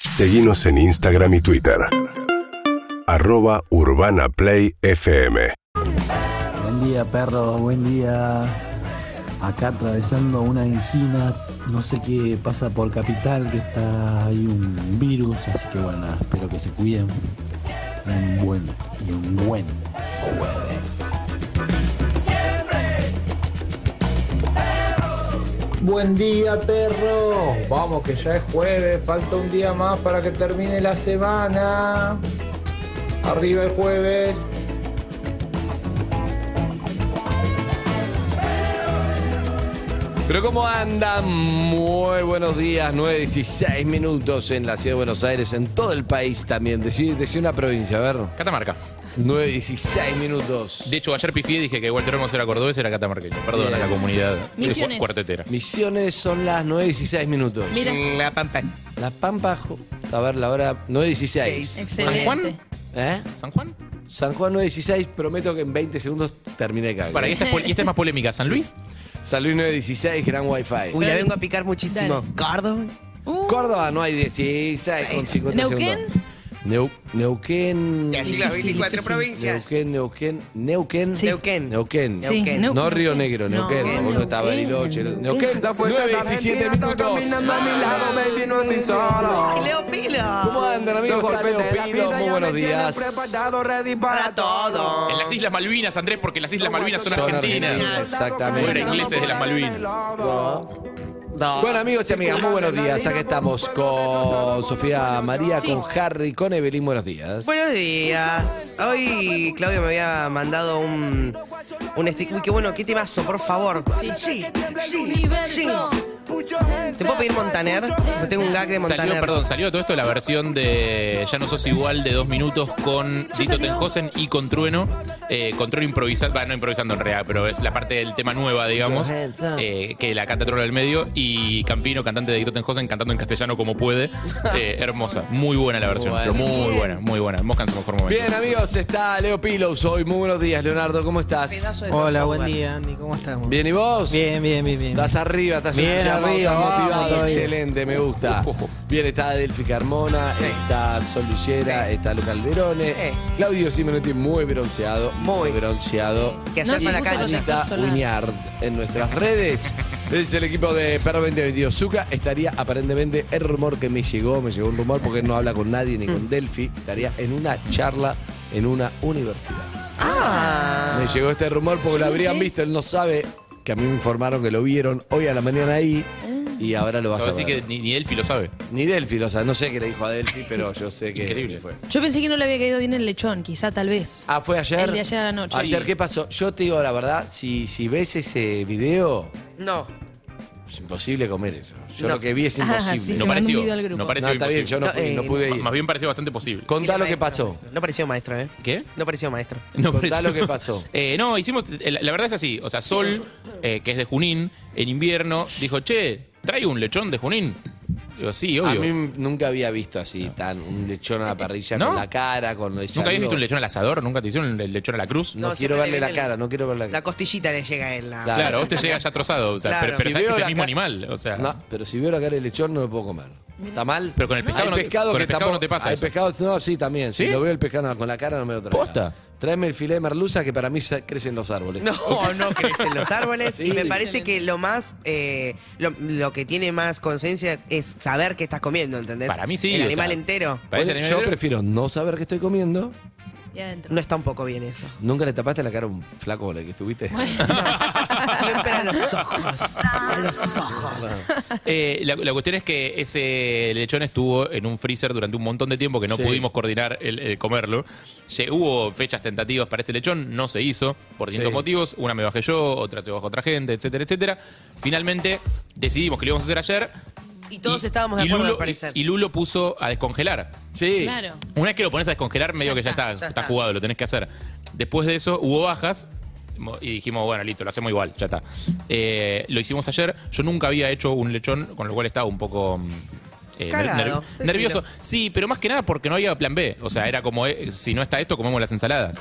Seguimos en Instagram y Twitter. Arroba Urbana Play FM. Buen día, perro, buen día. Acá atravesando una angina, no sé qué pasa por Capital, que está ahí un virus, así que bueno, nada, espero que se cuiden. Un buen y un buen jueves. Buen día, perro. Vamos, que ya es jueves. Falta un día más para que termine la semana. Arriba el jueves. Pero ¿cómo andan? Muy buenos días, 9.16 minutos en la ciudad de Buenos Aires, en todo el país también. Decí, decí una provincia, a ver. Catamarca. 9.16 minutos. De hecho, ayer pifié y dije que Walter Olmos era cordobés, era catamarqueño. Perdón a la Bien. comunidad Misiones. cu- cuartetera. Misiones son las 9.16 minutos. Mira, La Pampa. La Pampa, jo- a ver, la hora 9.16. excelente. ¿San Juan? ¿Eh? ¿San Juan? San Juan 9.16, prometo que en 20 segundos terminé acá. Para, y esta, es, pol- y esta es más polémica. ¿San Luis? San Luis 9.16, gran wifi. Uy, la vengo a picar muchísimo. Dale. Gordo. Uh, Córdoba no hay 16 con 50 ¿Neuquén? segundos. Neu- Neuquén. Y allí las Difícil, 24 difícil. provincias. Neuquén, Neuquén, Neuquén. Sí. Neuquén. Neuquén. Sí, Neuquén. Neu- No Río Negro, Neuquén. No, No, uno está Bariloche. Neuquén. Nueve, 17 minutos. Ay, Leo ¿Cómo Pilo. andan, amigos? Está Leo Pilo. Muy buenos días. Para todo. En las Islas Malvinas, Andrés, porque las Islas Malvinas son, Son argentinas. argentinas, Yo era Exactamente. inglés de las Malvinas. No. No. Bueno amigos y amigas, muy buenos días. Acá estamos con Sofía María, Sí. con Harry, con Evelyn. Buenos días. Buenos días. Hoy Claudio me había mandado un. Un stick. Uy, qué bueno, qué temazo, por favor. Sí, sí, sí. Universo. ¿Te puedo pedir Montaner? Yo tengo un gag de Montaner. Salió, perdón, salió todo esto la versión de Ya no sos igual de dos minutos con Tito Tenjosen y con Trueno. Eh, con Trueno improvisando, no improvisando en realidad, pero es la parte del tema nueva, digamos, ah. eh, que la canta Trueno del medio y Campino, cantante de Tito Tenjosen, cantando en castellano como puede. Eh, hermosa, muy buena la versión, Bueno. pero muy buena, muy buena. Mosca en su mejor momento. Bien amigos, está Leo Pilos hoy. Muy buenos días, Leonardo. ¿Cómo estás? Pedazo de Hola, crossover. buen día, Andy. ¿Cómo estamos? Bien, ¿y vos? bien, bien, bien. bien. Estás arriba, estás Bien entusiasmado, arriba, estás vamos motivado, todavía. excelente, me gusta. Bien, está Delphi Carmona, está Sol Villera, está Luca Alberone, Sí. Claudio Simonetti muy bronceado, muy, Muy. bronceado. Que No se ayer fue a la puso cancha. protector Anita solar. Uñard en nuestras redes. Es el equipo de Perro 2022. Zuka estaría aparentemente, el rumor que me llegó, me llegó un rumor porque no habla con nadie ni Mm. con Delphi, estaría en una charla en una universidad. Ah. Me llegó este rumor porque lo Sí, habrían sí. visto, él no sabe, que a mí me informaron que lo vieron hoy a la mañana ahí Ah. y ahora lo O vas sea, a así ver. que ni, ni Delphi lo sabe. Ni Delphi, o sea, no sé qué le dijo a Delphi, pero yo sé que Increíble. fue. Yo pensé que no le había caído bien el lechón, quizá, tal vez. Ah, fue ayer. El de ayer a la noche. Ayer, Sí. ¿qué pasó? Yo te digo la verdad, si, si ves ese video, No. es imposible comer eso. Yo No. lo que vi pues, es Ah, imposible. sí, No se mandó pareció, un video al grupo. no pareció. No, está bien, yo no, No, fui, eh, no pude Más ir. más bien pareció bastante posible. Contá Sí, lo que pasó. maestro. No pareció maestro, ¿eh? ¿Qué? No pareció maestro. No, Contá pero- lo que pasó. Eh, no, hicimos. eh, La la verdad es así. O sea, Sol, eh, que es de Junín, en invierno, dijo, che, trae un lechón de Junín. Digo, sí, A obvio. Eh, mí nunca había visto así tan un lechón a la parrilla ¿No? con la cara, con el ¿Nunca habías salgo. visto un lechón al asador? ¿Nunca te hicieron el lechón a la cruz? No, No, quiero siempre verle le la viene el- cara, no quiero verle la La cara. costillita le llega a él. la- Claro. Claro, vos te llegas ya trozado. O sea, Claro. pero, pero Si sabés que veo es el la mismo ca- animal. O sea, No, pero si veo la cara del lechón no lo puedo comer. ¿Está mal? Pero con el pescado Hay no te- pescado con que el pescado tampoco- no te pasa Hay eso. pescado, no, sí, también. Si ¿Sí? lo veo el pescado no, con la cara no me lo traigo. ¿Posta? Tráeme el filé de merluza que para mí sa- crece en los árboles. No, no crecen los árboles. Sí. Y me parece que lo más, eh, lo, lo que tiene más conciencia es saber qué estás comiendo, ¿entendés? Para mí sí, El o animal sea. entero. parece Oye, animal Yo entero. prefiero no saber qué estoy comiendo. Y adentro. No está un poco bien eso. ¿Nunca le tapaste la cara a un flaco con el que estuviste? Siempre a los ojos. A los ojos. Eh, la, la cuestión es que ese lechón estuvo en un freezer durante un montón de tiempo que no Sí. pudimos coordinar el, el comerlo. Lle- hubo fechas tentativas para ese lechón, no se hizo por distintos Sí. motivos. Una me bajé yo, otra se bajó otra gente, etcétera, etcétera. Finalmente decidimos que lo íbamos a hacer ayer. Y todos estábamos de y acuerdo Lulo- al parecer. Y, y Lulo puso a descongelar. sí. Claro. Una vez que lo pones a descongelar, medio que ya está, ya está, está. jugado, lo tenés que hacer. Después de eso, hubo bajas mo- y dijimos, bueno, listo, lo hacemos igual, ya está. Eh, lo hicimos ayer. Yo nunca había hecho un lechón, con lo cual estaba un poco. mm, eh, ner- Cagado, nerv- decilo. nervioso. Sí, pero más que nada porque no había plan B. O sea, era como, eh, si no está esto, comemos las ensaladas.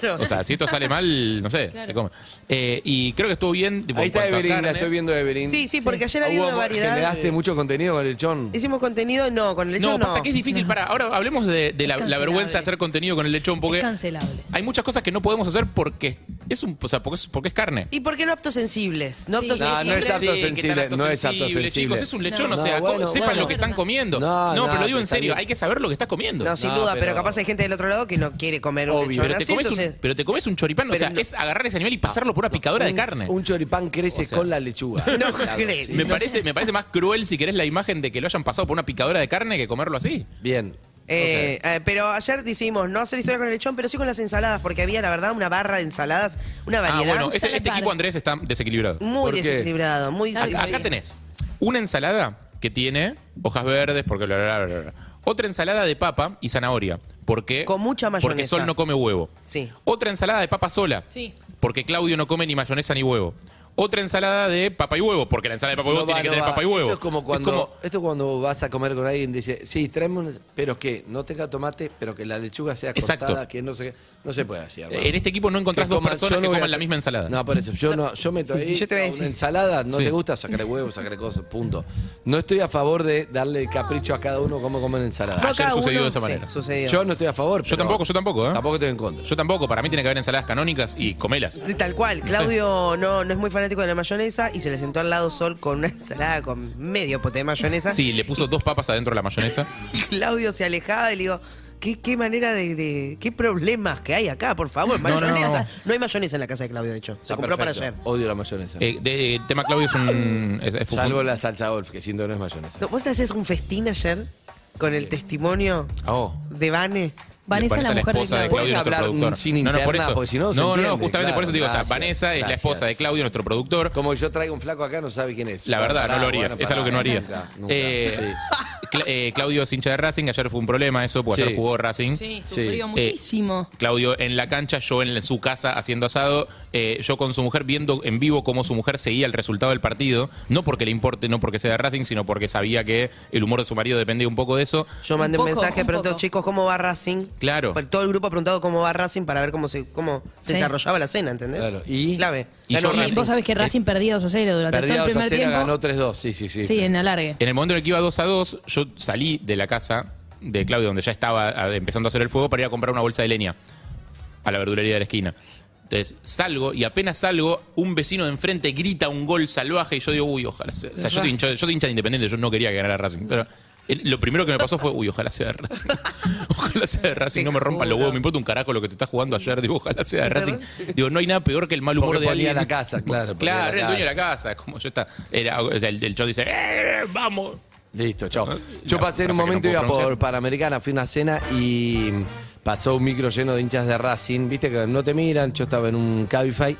Claro. O sea, si esto sale mal, no sé, Claro. se come. Eh, y creo que estuvo bien. tipo, Ahí en está cuanto a Evelyn, la carne. estoy viendo Evelyn. Sí, sí, porque ayer había Hubo- una variedad. Generaste mucho contenido con el chon. Hicimos contenido, no, con el No, lechón no. pasa que es difícil. Para, ahora hablemos de, de la, Es la cancelable. vergüenza de hacer contenido con el lechón, Es porque cancelable. hay muchas cosas que no podemos hacer porque es un, o sea, porque es, porque es carne. ¿Y por qué no aptos sensibles? No Sí. aptos No, sensibles. no es apto Sí, que sensible, tan apto no es apto sensible, sensible. Chicos, es un lechón, No, o sea, no, co- bueno, sepan bueno. lo que están comiendo. No, no, No, pero lo digo pero en está serio, bien. hay que saber lo que estás comiendo. No, sin No, duda, pero... pero capaz hay gente del otro lado que no quiere comer un Obvio. lechón pero, te así, comes un, entonces... pero te comes un choripán, o Pero sea, no- es agarrar ese animal y pasarlo por una picadora de Un- carne. Un choripán crece O sea, con la lechuga. No, Claro, creo. sí. me, parece, me parece más cruel, si querés, la imagen de que lo hayan pasado por una picadora de carne que comerlo así. Bien. Eh, eh, pero ayer decidimos no hacer historia con el lechón, pero sí con las ensaladas, porque había, la verdad, una barra de ensaladas, una Ah, variedad bueno, este, Salad este bar. equipo Andrés está desequilibrado. muy ¿por qué? desequilibrado. Muy Ac- desequilibrado. Ah, Acá tenés una ensalada que tiene hojas verdes, porque bla, bla, bla, bla, bla. Otra ensalada de papa y zanahoria, porque Con mucha Porque mayonesa. Sol no come huevo. Sí. Otra ensalada de papa sola, Sí. porque Claudio no come ni mayonesa ni huevo. Otra ensalada de papa y huevo, porque la ensalada de papa y huevo No tiene va, que no tener va. papa y huevo. Esto es como cuando, como- esto es cuando vas a comer con alguien dice, sí, tráeme un... Pero que no tenga tomate, pero que la lechuga sea cortada, Exacto. que no se, no se puede hacer. en este equipo no encontrás dos personas que coman la misma ensalada. No, por eso. Yo, no, yo meto ahí Yo te voy a decir. una ensalada, no Sí. te gusta, sacaré huevos, sacaré cosas, punto. No estoy a favor de darle el capricho a cada uno cómo comen ensalada. No, Ayer cada sucedió uno- de esa sí, manera. sucedió. Yo no estoy a favor. Yo pero tampoco, yo tampoco, ¿eh? Tampoco estoy en contra. Yo tampoco, para mí tiene que haber ensaladas canónicas y comelas. Sí, Tal cual, Claudio no, no es muy fanático de la mayonesa y se le sentó al lado Sol con una ensalada con medio pote de mayonesa. Sí, le puso dos papas adentro de la mayonesa. Claudio se alejaba y le digo, ¿qué, qué manera de, de- qué problemas que hay acá, por favor? No, no, no, Mayonesa. No, no. hay mayonesa en la casa de Claudio, de hecho. Se Está compró perfecto. para ayer. Odio la mayonesa. Eh, de- el tema Claudio es un. es- es Salvo la salsa golf, que siento que no es mayonesa. No, ¿Vos te haces un festín ayer con el testimonio Oh. de Vane? Vanessa es Vanessa la mujer de esposa Claudio. Claudio. ¿Pueden nuestro hablar productor. sin no, no, por interna? eso. Porque si no, no, se no, entiende, justamente claro. por eso te digo, o Gracias, sea, Vanessa es la gracias. esposa de Claudio, nuestro productor. Como yo traigo un flaco acá, no sabe quién es. La verdad, Pará, no lo harías. bueno, es algo que no pará, harías. nunca, nunca, Eh, Cla- eh, Claudio es hincha de Racing. Ayer fue un problema eso, porque Sí. ayer jugó Racing. Sí, Sí. sufrió Eh, muchísimo. Claudio en la cancha, yo en su casa haciendo asado, eh, yo con su mujer viendo en vivo cómo su mujer seguía el resultado del partido, no porque le importe, no porque sea de Racing, sino porque sabía que el humor de su marido dependía un poco de eso. Yo Un mandé un, poco, mensaje, un preguntó, poco. chicos, ¿cómo va Racing? Claro. Por- Todo el grupo ha preguntado cómo va Racing para ver cómo se, cómo se Sí. desarrollaba la cena, ¿entendés? Claro, y- Clave. y Ganó yo- Y Racing. vos sabés que Racing perdía 2 a 0 durante Perdía todo el 2 a primer 0, tiempo. ganó 3-2. Sí, sí, sí. Sí, en alargue. En el momento en el que iba 2 a 2, yo salí de la casa de Claudio, donde ya estaba ah, empezando a hacer el fuego, para ir a comprar una bolsa de leña a la verdulería de la esquina. Entonces salgo y apenas salgo, un vecino de enfrente grita un gol salvaje y yo digo, uy, ojalá sea. O sea, yo soy, hincha, yo soy hincha de independiente, yo no quería que ganara Racing. Pero el- lo primero que me pasó fue, uy, ojalá sea de Racing. Ojalá sea de Racing, no me rompan los huevos, me importa un carajo lo que te está jugando ayer. Digo, ojalá sea de Racing. Digo, no hay nada peor que el mal humor Porque de ponía la alguien. casa, claro, ponía la Claro, era el dueño de casa. la casa. Como yo está. Era, o sea, el, el show dice, "Eh, vamos. Listo, chao. La Yo pasé en un frase que momento, no puedo iba por pronunciar. Panamericana, fui a una cena y pasó un micro lleno de hinchas de Racing. Viste que no te miran, yo estaba en un Cabify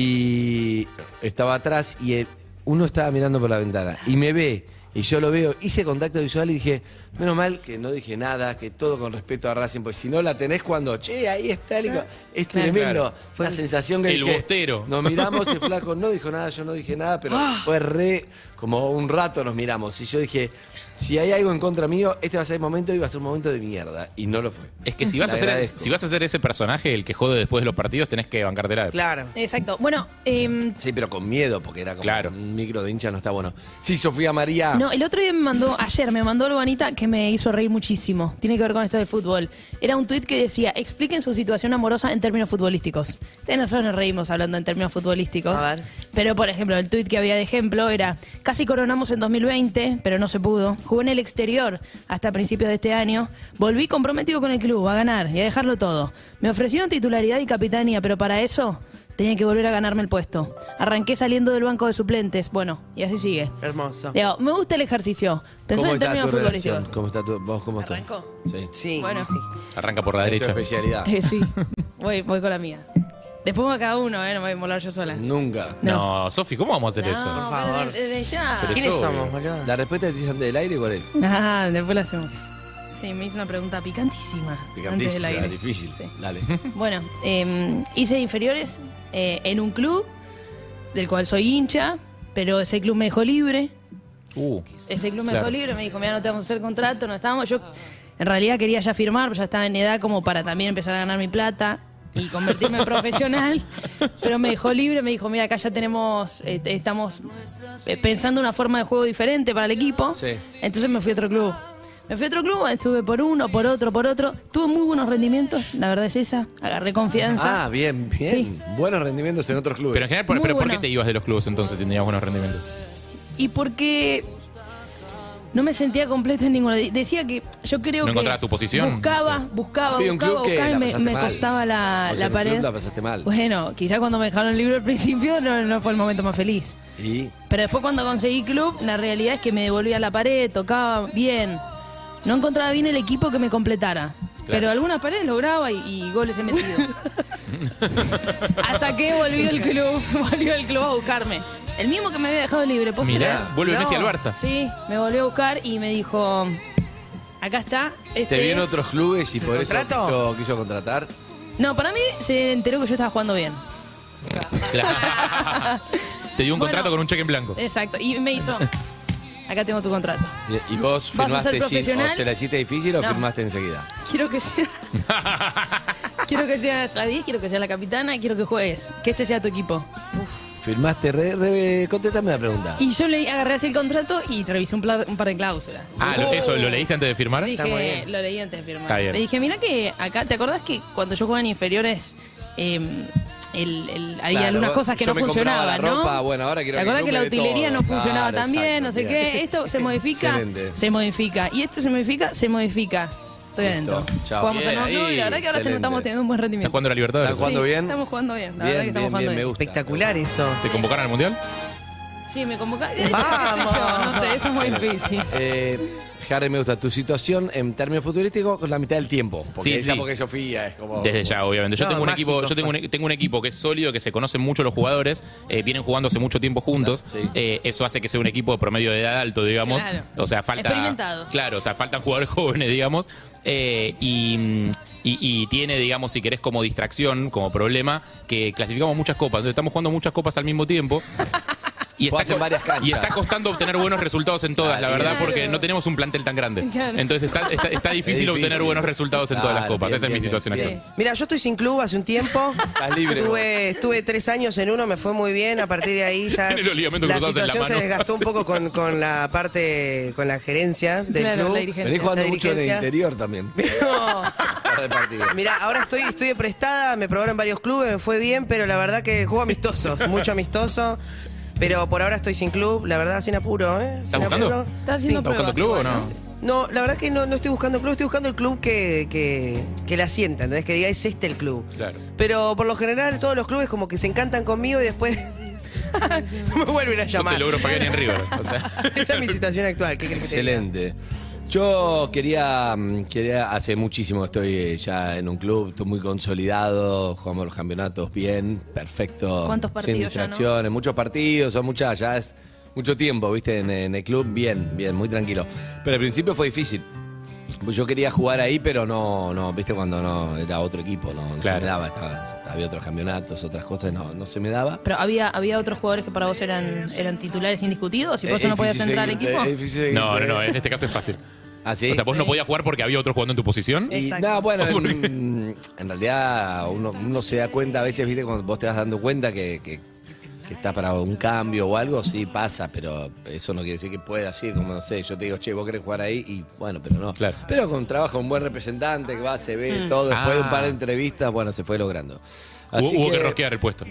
y estaba atrás y el- uno estaba mirando por la ventana y me ve. Y yo lo veo, hice contacto visual y dije, menos mal que no dije nada, que todo con respeto a Racing, porque si no la tenés cuando, che, ahí está el... hijo". Es tremendo. Fue la sensación que El dije, bostero. "No nos miramos, el flaco no dijo nada, yo no dije nada, pero Ah. fue re, como un rato nos miramos. Y yo dije, si hay algo en contra mío, este va a ser el momento y va a ser un momento de mierda. Y no lo fue. Es que si vas, Te a hacer, agradezco. si vas a hacer ese personaje, el que jode después de los partidos, tenés que bancártela. Claro. Exacto. Bueno, em, Sí, pero con miedo, porque era como Claro. un micro de hincha, no está bueno. Sí, Sofía María. No, el otro día me mandó, ayer me mandó algo Anita que me hizo reír muchísimo. Tiene que ver con esto del fútbol. Era un tuit que decía, expliquen su situación amorosa en términos futbolísticos. Ustedes nosotros nos reímos hablando en términos futbolísticos. A ver. Pero, por ejemplo, el tuit que había de ejemplo era, casi coronamos en 2020, pero no se pudo. Jugué en el exterior hasta principios de este año. Volví comprometido con el club a ganar y a dejarlo todo. Me ofrecieron titularidad y capitanía, pero para eso... Tenía que volver a ganarme el puesto. Arranqué saliendo del banco de suplentes. Bueno, y así sigue. Hermoso. Digo, me gusta el ejercicio. Pensó ¿Cómo en está términos tu relación? futbolísticos. ¿Cómo está tu, vos cómo estás? ¿Arrancó? Sí. Sí, Bueno. sí. Arranca por la Es tu derecha. especialidad. Eh, sí, voy, voy con la mía. Después va cada uno, ¿eh? No me voy a molar yo sola. Nunca. No, Sofi, ¿cómo vamos a hacer eso? No, pero favor. de- de ya. Pero ¿Quiénes Eso, somos, eh. boludo? La respuesta que te dicen del aire, ¿cuál es? Ah, después la hacemos. Sí, me hizo una pregunta picantísima. antes del Picantísima, aire. difícil. Sí. Dale. Bueno, eh, hice inferiores eh, en un club del cual soy hincha, pero ese club me dejó libre. Uh, Ese club me claro. dejó libre, me dijo, mira, no te vamos a hacer contrato, no estábamos. Yo en realidad quería ya firmar, pero ya estaba en edad como para también empezar a ganar mi plata y convertirme en profesional. Pero me dejó libre, me dijo, mira, acá ya tenemos, eh, estamos eh, pensando una forma de juego diferente para el equipo. Sí. Entonces me fui a otro club. Me fui a otro club, estuve por uno, por otro, por otro. Tuve muy buenos rendimientos, la verdad es esa. Agarré confianza. Ah, bien, bien. Sí. Buenos rendimientos en otros clubes. Pero en general, ¿por, Muy pero ¿por qué buenos. te ibas de los clubes entonces si tenías buenos rendimientos? Y porque no me sentía completa en ninguno. De- Decía que yo creo ¿No que. encontrabas tu posición? Buscaba, Sí. buscaba, Había un buscaba, club que buscaba y la me, pasaste me mal. costaba O la, sea, la en un pared. club la pasaste mal. Bueno, quizá cuando me dejaron el libro al principio no, no fue el momento más feliz. Y Pero después cuando conseguí club, la realidad es que me devolvía la pared, tocaba bien. No encontraba bien el equipo que me completara. Pero algunas paredes lograba y, y goles he metido. Hasta que volvió el club, volvió el club a buscarme. El mismo que me había dejado libre, ¿puedo Mirá, creer? vuelve No. Messi al Barça. Sí, me volvió a buscar y me dijo, acá está. este te vio en es". otros clubes y por eso contrato? quiso, quiso contratar. No, para mí se enteró que yo estaba jugando bien. Claro. te dio un Bueno. Eh, contrato con un cheque en blanco. Exacto. Y me hizo, acá tengo tu contrato. Y, y vos ¿Vas a ser firmaste sin, o profesional? se la hiciste difícil o No. firmaste enseguida. Quiero que seas. quiero que seas la 10, quiero que seas la capitana, quiero que juegues. Que este sea tu equipo. Firmaste, re, re- contestame la pregunta. Y yo le agarré así el contrato y revisé un, pla- un par de cláusulas. Ah, lo- eso, ¿lo leíste antes de firmar? Le muy dije, bien. lo leí antes de firmar. Está bien. Le dije, mira que acá, ¿te acordás que cuando yo jugaba en inferiores em, el- el- había Claro, algunas cosas que yo me no compraba funcionaban, la ¿no? ropa, bueno, ahora quiero ¿Te que acordás que la compre de utilería todo? no funcionaba Claro, tan bien? No exacto, sé bien. qué. Esto se modifica, Excelente. se modifica. Y esto se modifica, se modifica. Estoy Listo. adentro. Chao. Jugamos Bien, a nuevo club y la verdad que ahora excelente. estamos teniendo un buen ¿Estás rendimiento. jugando la Libertadores? ¿Estás jugando Sí, bien? Estamos jugando bien, la Bien, verdad que bien, estamos bien, jugando me bien. gusta. Espectacular eso. ¿Te convocaron al Mundial? Sí, me convocaron. Eh, qué Vamos. sé yo, No sé, eso es muy difícil. Eh, Harry, me gusta tu situación en términos futurísticos con la mitad del tiempo. Porque Sí, esa sí. porque Sofía es como. Desde ya, obviamente. Yo No, tengo un mágico. equipo, yo tengo un, tengo un equipo que es sólido, que se conocen mucho los jugadores, eh, vienen jugando hace mucho tiempo juntos. Sí. Eh, eso hace que sea un equipo de promedio de edad alto, digamos. Claro. O sea, falta. Experimentado. Claro, o sea, faltan jugadores jóvenes, digamos. Eh, y, y- y tiene, digamos, si querés, como distracción, como problema, que clasificamos muchas copas. Entonces, estamos jugando muchas copas al mismo tiempo. Y Jugás en co- varias canchas. y está costando obtener buenos resultados en todas, la verdad, Claro. porque no tenemos un plantel tan grande. Claro. Entonces está, está- está difícil, difícil. obtener buenos resultados en todas las Claro, copas. bien, Esa es mi bien, situación bien. actual. Sí. Mira, yo estoy sin club hace un tiempo. Estás libre, Estuve, estuve tres años en uno, me fue muy bien. A partir de ahí ya Tiene los ligamentos la cruzados en la situación se mano. desgastó un poco con, con la parte, con la gerencia del Claro, club. la dirigencia. Venís jugando La mucho en el dirigencia. interior también. Para el partido. Mira, ahora estoy, estoy de prestada, me probaron varios clubes, me fue bien, pero la verdad que juego amistosos, mucho amistoso. Pero por ahora estoy sin club, la verdad, sin apuro, ¿eh? ¿Estás Sin buscando? apuro. ¿Estás haciendo ¿Estás buscando club o pruebas igual, no? No, la verdad que no, no estoy buscando club, estoy buscando el club que, que, que la sienta, ¿entendés? Que diga, es este el club. Claro. Pero por lo general todos los clubes como que se encantan conmigo y después no me vuelven a Yo llamar. se logro pagar en River. O sea, Esa es mi situación actual, ¿qué crees que te diga? Excelente. Yo quería, mm, quería, hace muchísimo estoy eh, ya en un club, estoy muy consolidado, jugamos los campeonatos bien, perfecto. ¿Cuántos Sin partidos ya, no? distracciones, muchos partidos, son muchas, ya es mucho tiempo, viste, en, en el club, bien, bien, muy tranquilo. Pero al principio fue difícil. Pues Yo quería jugar ahí, pero no, no, viste, cuando no era otro equipo, no, no se Claro. me daba, estaba- había otros campeonatos, otras cosas, no, no se me daba. Pero había, había otros jugadores que para vos eran, eran titulares indiscutidos y por eso no Eh, Es podías difícil entrar al seguirte, Eh, equipo. es difícil seguirte. no, no, no, en este caso es fácil. ¿Ah, sí? Eh, O sea, vos no podías jugar porque había otro jugando en tu posición. Y, Exacto. no, bueno, en, en realidad uno, uno se da cuenta, a veces, viste, cuando vos te vas dando cuenta que, que, que estás para un cambio o algo, sí pasa, pero eso no quiere decir que pueda, así como no sé, yo te digo, che, vos querés jugar ahí, y bueno, pero no. Claro. Pero con trabajo, un buen representante que va, se ve todo, después de un par de Ah. entrevistas, bueno, se fue logrando. Hubo, Así hubo que rosquear el puesto.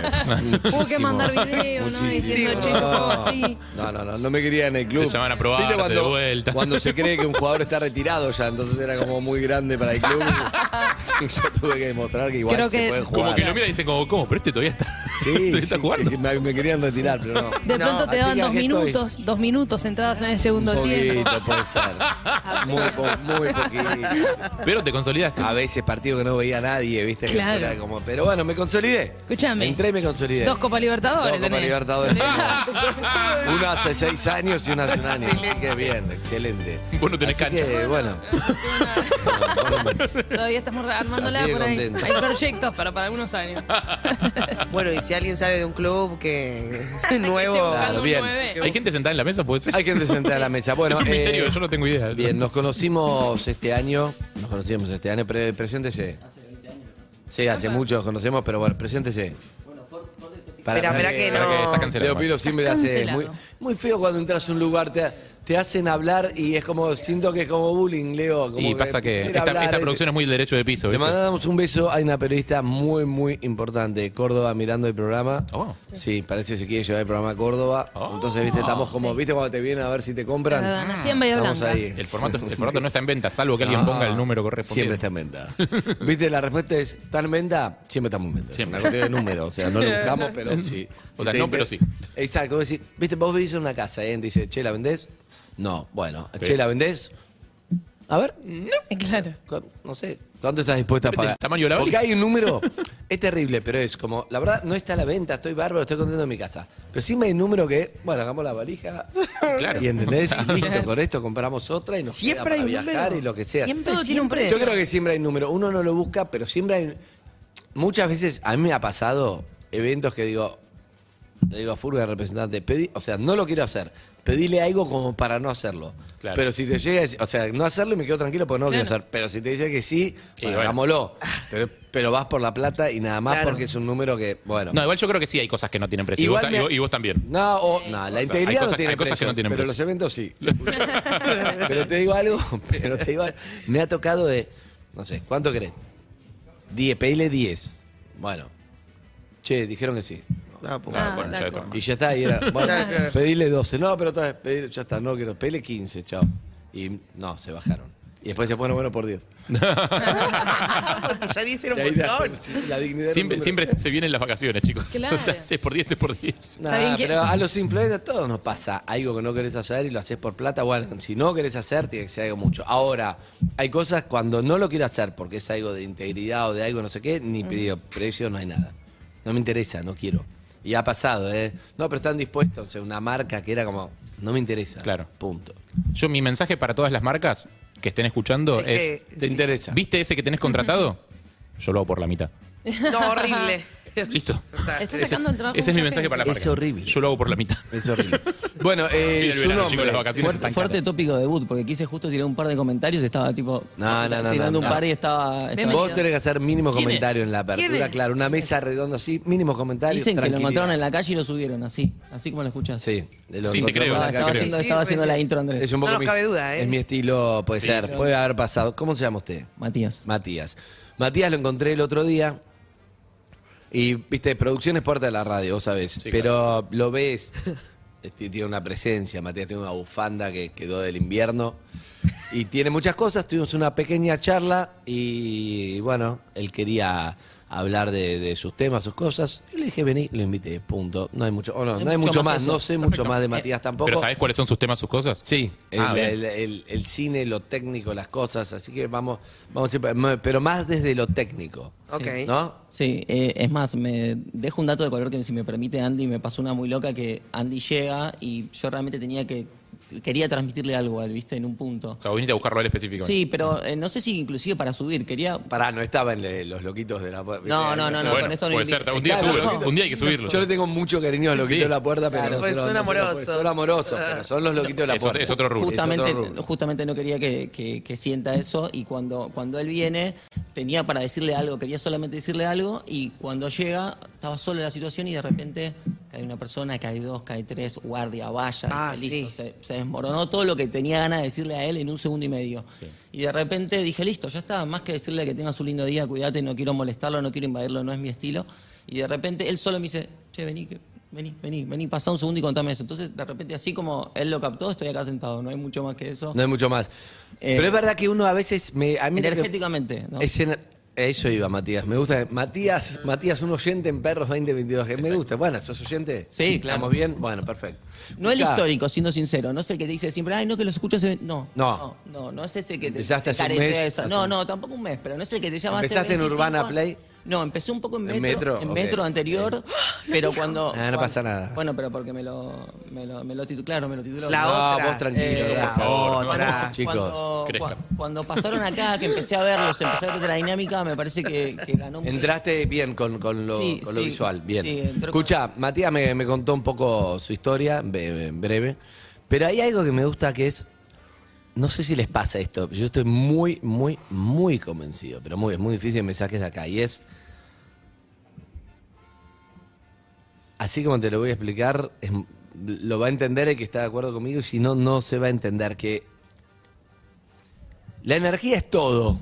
Hubo que muchísimo, mandar video, ¿no? muchísimo. Diciendo, che, yo juego así. No, no, no, no me quería en el club. Te llaman a probarte ¿Viste cuando, de vuelta. Cuando se cree que un jugador está retirado ya, entonces era como muy grande para el club. Y Yo tuve que demostrar que igual Creo se que- puede jugar. Como que lo mira y dice, como, ¿cómo? Pero este todavía está, Sí, todavía sí, está jugando. que me, me querían retirar, pero no. De pronto así te daban que dos aquí estoy. minutos, dos minutos entradas en el Un segundo tiempo. poquito puede ser. Muy, po- muy poquito. Pero te consolidaste. A veces partido que no veía a nadie, viste, Que Claro. fuera como- pero bueno, me consolidé. Escuchame. Entré y me consolidé. Dos Copa Libertadores. Dos Copa tenés. Libertadores. Una hace seis años y una hace un año. Así que bien, excelente. Vos no tenés Así cancha. que, bueno. Todavía estamos armándola Así de por ahí. contento. Hay proyectos para, para algunos años. Bueno, y si alguien sabe de un club que nuevo. Claro, bien. ¿Hay gente sentada en la mesa? Puede ser. Hay gente sentada a la mesa. Bueno, es un eh, misterio, yo no tengo idea. Bien, nos conocimos este año. Nos conocimos este año, pero preséntese. Hace 20 años. Sí, hace mucho nos conocemos, pero bueno, preséntese. Para- Espera, espera que Para que no. está cancelado. Leo Pilo siempre Estás hace muy, cancelado. muy feo cuando entras a un lugar, te, te hacen hablar y es como, siento que es como bullying, Leo. como y pasa que quiere esta, hablar, esta eh, producción es muy derecho de piso. Le ¿viste? mandamos un beso, hay una periodista muy, muy importante de Córdoba mirando el programa. Oh. Sí, parece que se quiere llevar el programa a Córdoba. Oh. Entonces, viste, estamos como, viste cuando te vienen a ver si te compran. La verdad, nací en Bahía Estamos Blanca. ahí. El formato, el formato no está en venta, salvo que alguien No. ponga el número Ah, Siempre correspondiente. está en venta. Viste, la respuesta es, ¿está en venta? Siempre estamos en venta. Siempre. Es una cuestión de número. O sea, no lo buscamos, pero sí. O Si sea, te no, inter- pero sí. Exacto. Vos, decís, viste, vos vivís en una casa y alguien te dice, che, ¿la vendés? No. Bueno, che, ¿la vendés? A ver, Claro. cu- no sé, ¿cuánto estás dispuesta a Depende pagar? del tamaño de la Porque valija. hay un número, es terrible, pero es como, la verdad, no está a la venta, estoy bárbaro, estoy contento en mi casa. Pero sí me hay un número que, bueno, hagamos la valija. Claro. Y entendés, O sea, Y listo, con esto compramos otra y nos queda Siempre hay un para viajar número. y lo que sea. Siempre, Todo tiene un siempre. Yo creo que siempre hay número. Uno no lo busca, pero siempre hay. Muchas veces a mí me ha pasado eventos que digo. Le digo a Furga, representante, pedí, o sea, no lo quiero hacer. Pedile algo como para no hacerlo. Claro. Pero si te llega, a decir- o sea, no hacerlo y me quedo tranquilo porque no lo quiero hacer. Pero si te dice que sí, Y bueno, bueno. hagámoslo. Pero, pero vas por la plata y nada más Claro. porque es un número que, bueno. No, igual yo creo que sí hay cosas que no tienen precio. Y Igual vos ta- me- y, vos, y vos también. No, o- no, la hay integridad cosas- no tiene hay cosas precio, que no tienen Pero precio. los eventos sí. pero te digo algo, pero te digo algo. Me ha tocado de, no sé, ¿cuánto querés? 10, pedile 10. Bueno. Che, dijeron que sí. No, pues, Ah, bueno, tal ya de todo. cual. Y ya está, y era, bueno, pedile 12. No, pero otra vez, pedile- ya está, no quiero, pedile 15, chao. Y no, se bajaron. Y después se bueno, bueno, por 10. porque Ah, pues, ya dicen un Y ahí da- montón. la dignidad era un Siempre, número. siempre se vienen las vacaciones, chicos. Claro. O sea, si es por 10, es por 10. Nah, ¿Saben qué? pero a los influencers todos nos pasa algo que no querés hacer y lo haces por plata. Bueno, si no querés hacer, tiene que ser algo mucho. Ahora, hay cosas cuando no lo quiero hacer porque es algo de integridad o de algo no sé qué, ni pedido precio, no hay nada. No me interesa, no quiero. Y ha pasado, ¿eh? No, pero están dispuestos. O sea, una marca que era como, no me interesa. Claro. Punto. Yo, mi mensaje para todas las marcas que estén escuchando Es que- es: ¿Te interesa? ¿viste ese que tenés contratado? Yo lo hago por la mitad. No, horrible. Listo. Está Ese es, sacando el trabajo. ese es mi mucha mensaje gente. para la marca. Es horrible. Yo lo hago por la mitad. Es horrible. bueno, eh, Mira el su verano, nombre. chicos, las vacaciones Fuerte, están fuerte caras. tópico de debut, porque quise justo tirar un par de comentarios, estaba tipo No, no, no, tirando no, un no. par y estaba... estaba- Bienvenido. Vos tenés que hacer mínimos ¿Quién es? comentarios en la apertura, ¿Quién es? claro. Una mesa redonda así, mínimos comentarios. Dicen que lo tranquilidad. encontraron en la calle y lo subieron, así, así como lo escuchás. Sí, lo Sí, te encontramos creo, en la Estaba, te calle. creo. estaba haciendo, Sí, estaba sí, haciendo sí. la intro, Andrés. Es un poco No nos mi- cabe duda, ¿eh? Es mi estilo, puede Sí, ser. sí. Puede haber pasado. ¿Cómo se llama usted? Matías. Matías. Matías lo encontré el otro día. Y, viste, producción es puerta de la radio, vos sabés. pero lo ves. este, Tiene una presencia, Matías tiene una bufanda que quedó del invierno. Y tiene muchas cosas. Tuvimos una pequeña charla y, bueno, él quería hablar de, de sus temas, sus cosas. Y le dije, vení, lo invité, punto. No hay mucho, o no, no hay mucho más, que eso. no sé mucho más de Matías tampoco. Pero ¿sabés cuáles son sus temas, sus cosas? Sí, el, Ah, bien. el- el- el cine, lo técnico, las cosas, así que vamos, vamos siempre- m- pero más desde lo técnico, Ok. ¿no? Sí, eh, es más, me dejo un dato de color que si me permite Andy, me pasó una muy loca que Andy llega y yo realmente tenía que, quería transmitirle algo a él, viste, en un punto. O sea, vos viniste a buscarlo a él específicamente. Sí, pero eh, no sé si inclusive para subir, quería... Pará, no estaba en le- los loquitos de la puerta. No, no, no, no, bueno, con esto no puede invito. ser. Un día, Claro, seguro, un día hay que subirlo. Yo le tengo mucho cariño a los loquitos Sí. de la puerta, pero Claro, no pues se lo- no son se lo- amorosos. Son amorosos, pero son los loquitos de la Es otro- puerta. es otro rubro. Es Justamente, otro rubro. justamente no quería que, que- que sienta eso y cuando, cuando él viene tenía para decirle algo, quería solamente decirle algo y cuando llega estaba solo en la situación y de repente cae una persona, cae dos, cae tres, guardia, vaya, Ah, dije, listo, sí. se, se desmoronó todo lo que tenía ganas de decirle a él en un segundo y medio. Y de repente dije, listo, ya está, más que decirle que tengas un lindo día, cuídate, no quiero molestarlo, no quiero invadirlo, no es mi estilo. Y de repente él solo me dice, che, vení, que- vení, vení, vení, pasá un segundo y contame eso. Entonces, de repente, así como él lo captó, estoy acá sentado, no hay mucho más que eso. No hay mucho más. Eh, pero es verdad que uno a veces me. A mí lo que- Energéticamente, ¿no? Es en- eh, eso iba, Matías. Me gusta. Matíás, Matías, un oyente en Perros 2022. que Me gusta. Bueno, ¿sos oyente? Sí, claro. ¿Estamos bien? Bueno, perfecto. No el Escuchá, histórico, siendo sincero. No es el que te dice siempre, ay, no, que los escuchas. en-". No, No. no, no, no es ese que te. Empezaste te hace un caretea mes, eso. hace No, un- no, tampoco un mes, pero no es el que te llama. hace ¿Empezaste en 25 Urbana Play? No, empecé un poco en metro. ¿En metro? en Ok. metro anterior, pero cuando. Ah, no pasa nada. Bueno, pero porque me lo, me lo, me lo titu- claro, me lo tituló. La No, otra. vos tranquilo, Eh, por la favor, no. otra. Chicos, cuando, crezcan. cua- cuando pasaron acá, que empecé a verlos, empecé a ver otra dinámica, me parece que, que ganó un Entraste bien con, con lo, Sí, con lo sí. visual, bien. Sí, entró con- Escucha, Matías me, me contó un poco su historia, be- en breve, pero hay algo que me gusta que es, no sé si les pasa esto, yo estoy muy, muy, muy convencido, pero muy, es muy difícil que me saques de acá, y es, así como te lo voy a explicar, es- lo va a entender el que está de acuerdo conmigo, y si no, no se va a entender que la energía es todo.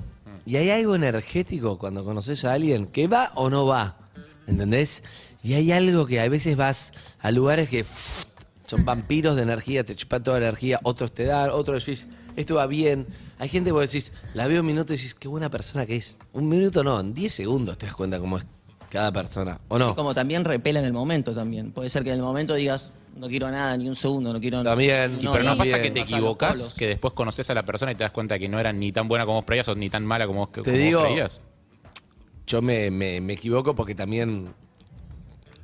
Y hay algo energético cuando conoces a alguien que va o no va. ¿Entendés? Y hay algo que a veces vas a lugares que uff, son vampiros de energía, te chupan toda la energía, otros te dan, otros decís, esto va bien. Hay gente que vos decís, la veo un minuto y decís, qué buena persona que es. Un minuto no, en 10 segundos te das cuenta cómo es cada persona. ¿O no? Y como también repela en el momento también. Puede ser que en el momento digas, no quiero nada, ni un segundo, no quiero También, Y pero no sí, pasa bien. que te pasan los equivocas, polos. que después conoces a la persona y te das cuenta que no era ni tan buena como vos creías o ni tan mala como vos, como vos digo- creías. yo me, me- me equivoco porque también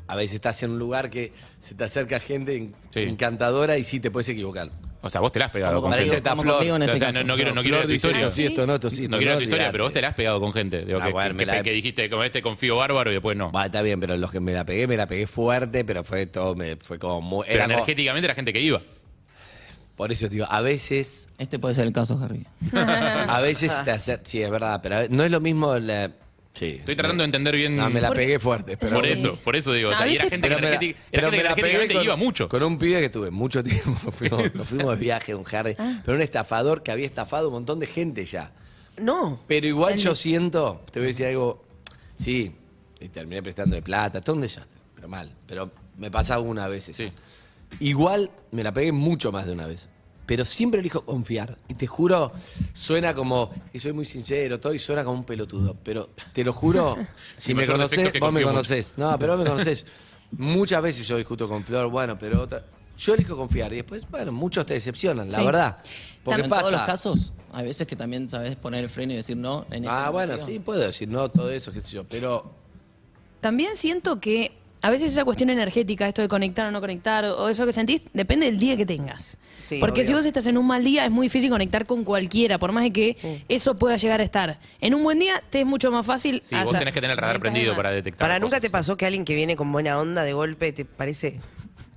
a veces estás en un lugar que se te acerca gente en- Sí. encantadora y sí te puedes equivocar. O sea, vos te la has pegado Estamos con conmigo, gente. estamos Flor, conmigo en O sea, este no, caso. no quiero, no quiero Flor ir a tu dice, historia. "Ah, sí, esto no, esto sí, esto no quiero ir a tu historia, olvidate". pero vos te la has pegado con gente. Digo, Ah, que, bueno, que- me la- que dijiste, como este confío bárbaro y después no. Va, está bien, pero los que me la pegué, me la pegué fuerte, pero fue todo, me, fue como muy... pero era como- energéticamente la gente que iba. por eso te digo, a veces, Este puede ser el caso, Harry. a veces te acer- sí, es verdad, pero a ve- no es lo mismo la- sí. Estoy tratando de entender bien. No, me la Porque- pegué fuerte, pero... por eso, por eso digo. O No, sea, a y era veces- gente que Pero me la- energética- era pero gente que me la pegué energéticamente con- iba mucho. Con un pibe que tuve mucho tiempo. Nos fuimos, nos fuimos de viaje, un Harry. Ah. Pero un estafador que había estafado un montón de gente ya. No. Pero igual yo siento, te voy a decir algo, sí, y terminé prestando de plata, todo un desastre, pero mal. Pero me pasa una vez eso. Sí. Igual me la pegué mucho más de una vez. Pero siempre elijo confiar. Y te juro, suena como, que soy muy sincero, todo, y suena como un pelotudo. Pero te lo juro, si El me mayor defecto conoces, es que vos me confío mucho. conocés. No, pero vos me conocés. Muchas veces yo discuto con Flor, bueno, pero otra. Yo elijo confiar. Y después, bueno, muchos te decepcionan, la Sí. verdad. Porque en pasa. todos los casos, hay veces que también sabes poner el freno y decir no. En este Ah, bueno, momento. sí, puedo decir no, todo eso, qué sé yo, pero También siento que a veces esa cuestión energética, esto de conectar o no conectar, o eso que sentís, depende del día que tengas. Sí, Porque si obvio. vos estás en un mal día, es muy difícil conectar con cualquiera, por más de que eso pueda llegar a estar. En un buen día, te es mucho más fácil. Sí, vos hasta- tenés que tener el radar conectas prendido de para más. detectar. Para nunca cosas. te pasó que alguien que viene con buena onda de golpe te parece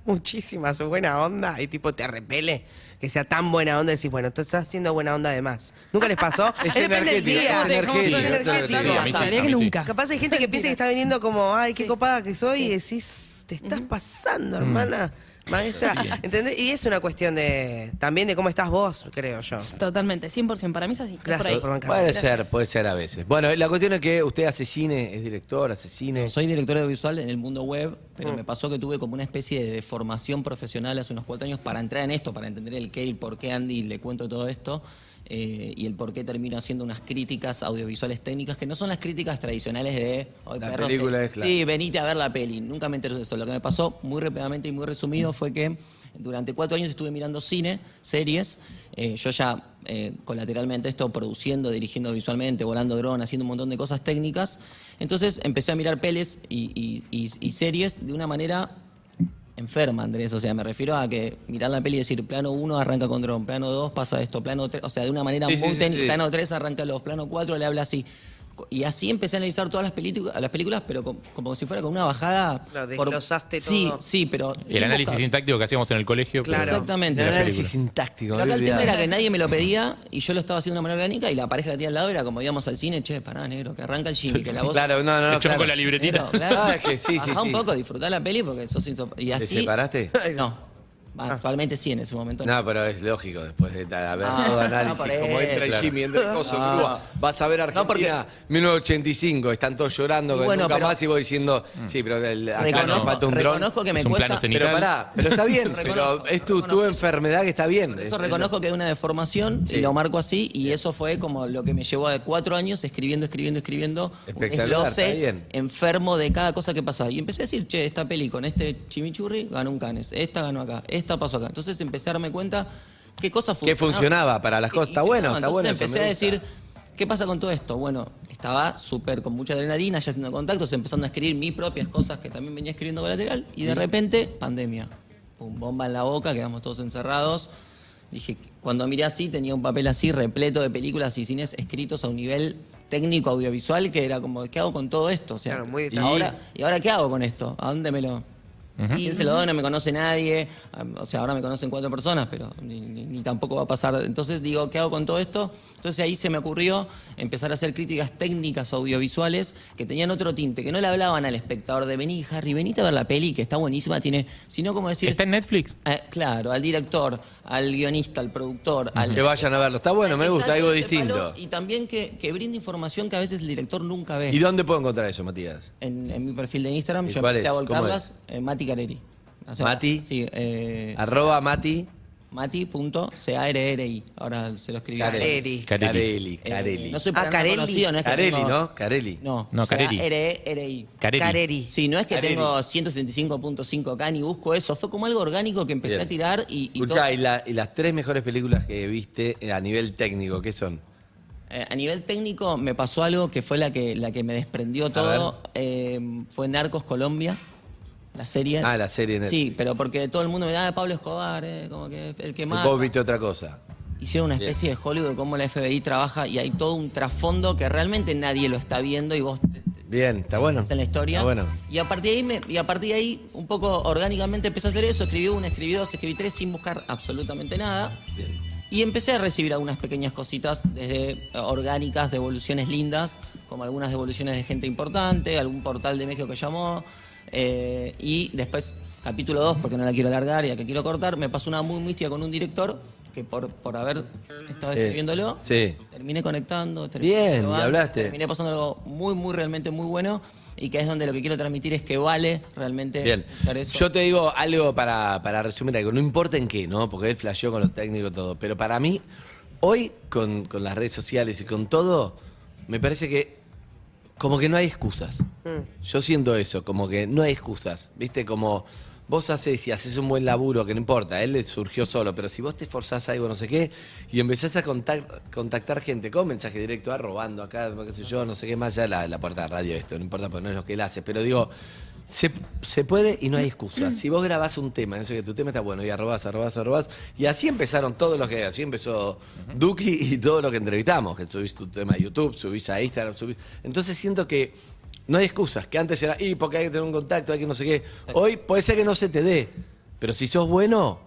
muchísima su buena onda y tipo te repele que sea tan buena onda y decís, bueno, tú estás haciendo buena onda de más. ¿Nunca les pasó? Es Depende del energético, día. es energético, Es es energético. Sí, a mí sí, Sabría a que mí sí. nunca. Capaz hay gente que piensa que está viniendo como, ay, qué copada que soy y decís, te estás Mm. pasando, hermana. Maestra, ¿entendés? Y es una cuestión de también de cómo estás vos, creo yo. Totalmente, 100%. Para mí es así. es por Gracias ahí. por bancar. puede ser, puede ser a veces. Bueno, la cuestión es que usted hace cine, es director, hace cine. Soy director audiovisual en el mundo web, pero me pasó que tuve como una especie de formación profesional hace unos cuatro años para entrar en esto, para entender el qué y el por qué Andy, le cuento todo esto, eh, y el por qué termino haciendo unas críticas audiovisuales técnicas que no son las críticas tradicionales de... "Ay, La perros, película te- es clara". Sí, venite a ver la peli. Nunca me interesó eso. Lo que me pasó, muy rápidamente y muy resumido, fue que durante cuatro años estuve mirando cine, series. Eh, yo ya eh, colateralmente esto produciendo, dirigiendo visualmente, volando dron, haciendo un montón de cosas técnicas. Entonces empecé a mirar pelis y, y- y- y series de una manera enferma, Andrés. O sea, me refiero a que mirar la peli y decir, plano 1 arranca con dron, plano 2 pasa esto, plano 3, o sea, de una manera Sí, sí, muy sí, técnica, sí. plano 3 arranca los, plano 4 le habla así. Co- Y así empecé a analizar todas las, películas las películas, pero co- como si fuera con una bajada. Claro, por- desglosaste Sí, todo. sí, pero. El análisis sintáctico que hacíamos en el colegio. pero- Claro. Exactamente. El análisis sintáctico. Pero me acá el había tema era olvidado. que nadie me lo pedía y yo lo estaba haciendo de una manera orgánica y la pareja que tenía al lado era como íbamos al cine, che, pará, negro, que arranca el Jimmy, que la voz. Claro, no, no, no. El chonco claro. con la libretita. Negro, claro. Ah, es que sí, sí, Bajá un sí. poco, disfrutá la peli porque sos insop- Y así. separaste? No. Actualmente sí, en ese momento. No, pero es lógico después de ta- haber Ah, todo no, análisis. por como entra el eso. Jimmy, entra el coso, Ah. grúa. Vas a ver No, porque- Argentina 1985, están todos llorando, Y que bueno, nunca pero- más y voy diciendo, sí, pero el, acá Reconozco, nos falta un dron. reconozco que me Es un plano cuesta. cenital. Pero pará, pero está bien, pero Reconozco, es tu, tu reconozco. enfermedad que está bien. Por eso reconozco que hay una deformación Sí. y lo marco así, y eso fue como lo que me llevó a cuatro años escribiendo, escribiendo, escribiendo. un Espectacular, desglose está bien. enfermo de cada cosa que pasaba. Y empecé a decir, che, esta peli con este chimichurri ganó un canes, esta ganó acá, esta pasó acá. Entonces empecé a darme cuenta qué cosas ¿Qué funcionaba para las y- cosas? y Está que bueno, no, está entonces bueno eso, empecé me a gusta. decir, ¿Qué pasa con todo esto? Bueno, estaba súper con mucha adrenalina, ya haciendo contactos, empezando a escribir mis propias cosas que también venía escribiendo colateral y de repente, pandemia. Pum, bomba en la boca, quedamos todos encerrados. Dije, cuando miré así, tenía un papel así repleto de películas y cines escritos a un nivel técnico audiovisual que era como, ¿qué hago con todo esto? O sea, Claro, muy ¿y detallado. ahora, ¿y ahora qué hago con esto? ¿A dónde me lo...? ¿Quién se lo doy? No me conoce nadie. Am, O sea, ahora me conocen cuatro personas, pero ni, ni- ni tampoco va a pasar. Entonces digo, ¿qué hago con todo esto? Entonces ahí se me ocurrió empezar a hacer críticas técnicas audiovisuales que tenían otro tinte, que no le hablaban al espectador de vení, Harry, venite a ver la peli, que está buenísima, tiene... Sino como decir... ¿Está en Netflix? Eh, claro, al director, al guionista, al productor, al... Que vayan a verlo. Está bueno, me Está gusta, algo todo ese distinto. palo Y también que, que brinde información que a veces el director nunca ve. ¿Y dónde puedo encontrar eso, Matías? En, en mi perfil de Instagram ¿Y yo cuál empecé a es? ¿Cómo volcarlas. eh, Mati Careri. O sea, ¿Mati? Sí. Eh, Arroba Mati Mati.carri. Ahora se lo escribí. Careri. Carelli. Eh, Carelli. no soy para Ah, nada Carelli. conocido, no es que Carelli, tengo- ¿no? Carelli. No, No, Careri. C-A-R-E-R-I. Careri. Careri. Sí, no es que tengo 175.5K ni busco eso. Fue como algo orgánico que empecé Bien. a tirar y, y todo. Escuchá, y, la- y las tres mejores películas que viste eh, a nivel técnico, ¿qué son? Eh, a nivel técnico me pasó algo que fue la que, la que me desprendió todo. Eh, fue Narcos Colombia, la serie. Ah, la serie en Sí, pero porque todo el mundo me da Pablo Escobar, eh, como que el que más. Vos viste otra cosa. Hicieron una especie de Hollywood de cómo la FBI trabaja y hay todo un trasfondo que realmente nadie lo está viendo y vos te- te- Bien, está bueno. en la historia. Está bueno. Y a partir de ahí, me- y a partir de ahí un poco orgánicamente empecé a hacer eso. Escribí una, escribí dos, escribí tres sin buscar absolutamente nada. Y empecé a recibir algunas pequeñas cositas desde eh, orgánicas, devoluciones lindas, como algunas devoluciones de gente importante, algún portal de México que llamó. eh, y después, capítulo 2, porque no la quiero alargar y a que quiero cortar, me pasó una muy mística con un director que por, por haber estado Eh, escribiéndolo, sí. terminé conectando, terminé Bien, y dialogando, hablaste. terminé pasando algo muy, muy, realmente muy bueno y que es donde lo que quiero transmitir es que vale realmente Bien. escuchar eso. Yo te digo algo para, para resumir algo. No importa en qué, ¿no? Porque él flasheó con los técnicos todo. Pero para mí, hoy, con, con las redes sociales y con todo, me parece que como que no hay excusas. Mm. Yo siento eso, como que no hay excusas. Viste, como vos haces y haces un buen laburo, que no importa, él le surgió solo, pero si vos te esforzás algo, no sé qué, y empezás a contac- contactar gente con mensaje directo, ah, robando acá, qué sé yo, no sé qué más, ya la, la puerta de radio esto, no importa, porque no es lo que él hace, pero digo... Se, se puede y no hay excusa. Si vos grabás un tema, no sé que tu tema está bueno, y arrobás, arrobás, arrobás, y así empezaron todos los que, así empezó Duki y todo lo que entrevistamos, que subís tu tema a YouTube, subís a Instagram, subís... Entonces siento que no hay excusas, que antes era, y porque hay que tener un contacto, hay que no sé qué. Hoy puede ser que no se te dé, pero si sos bueno,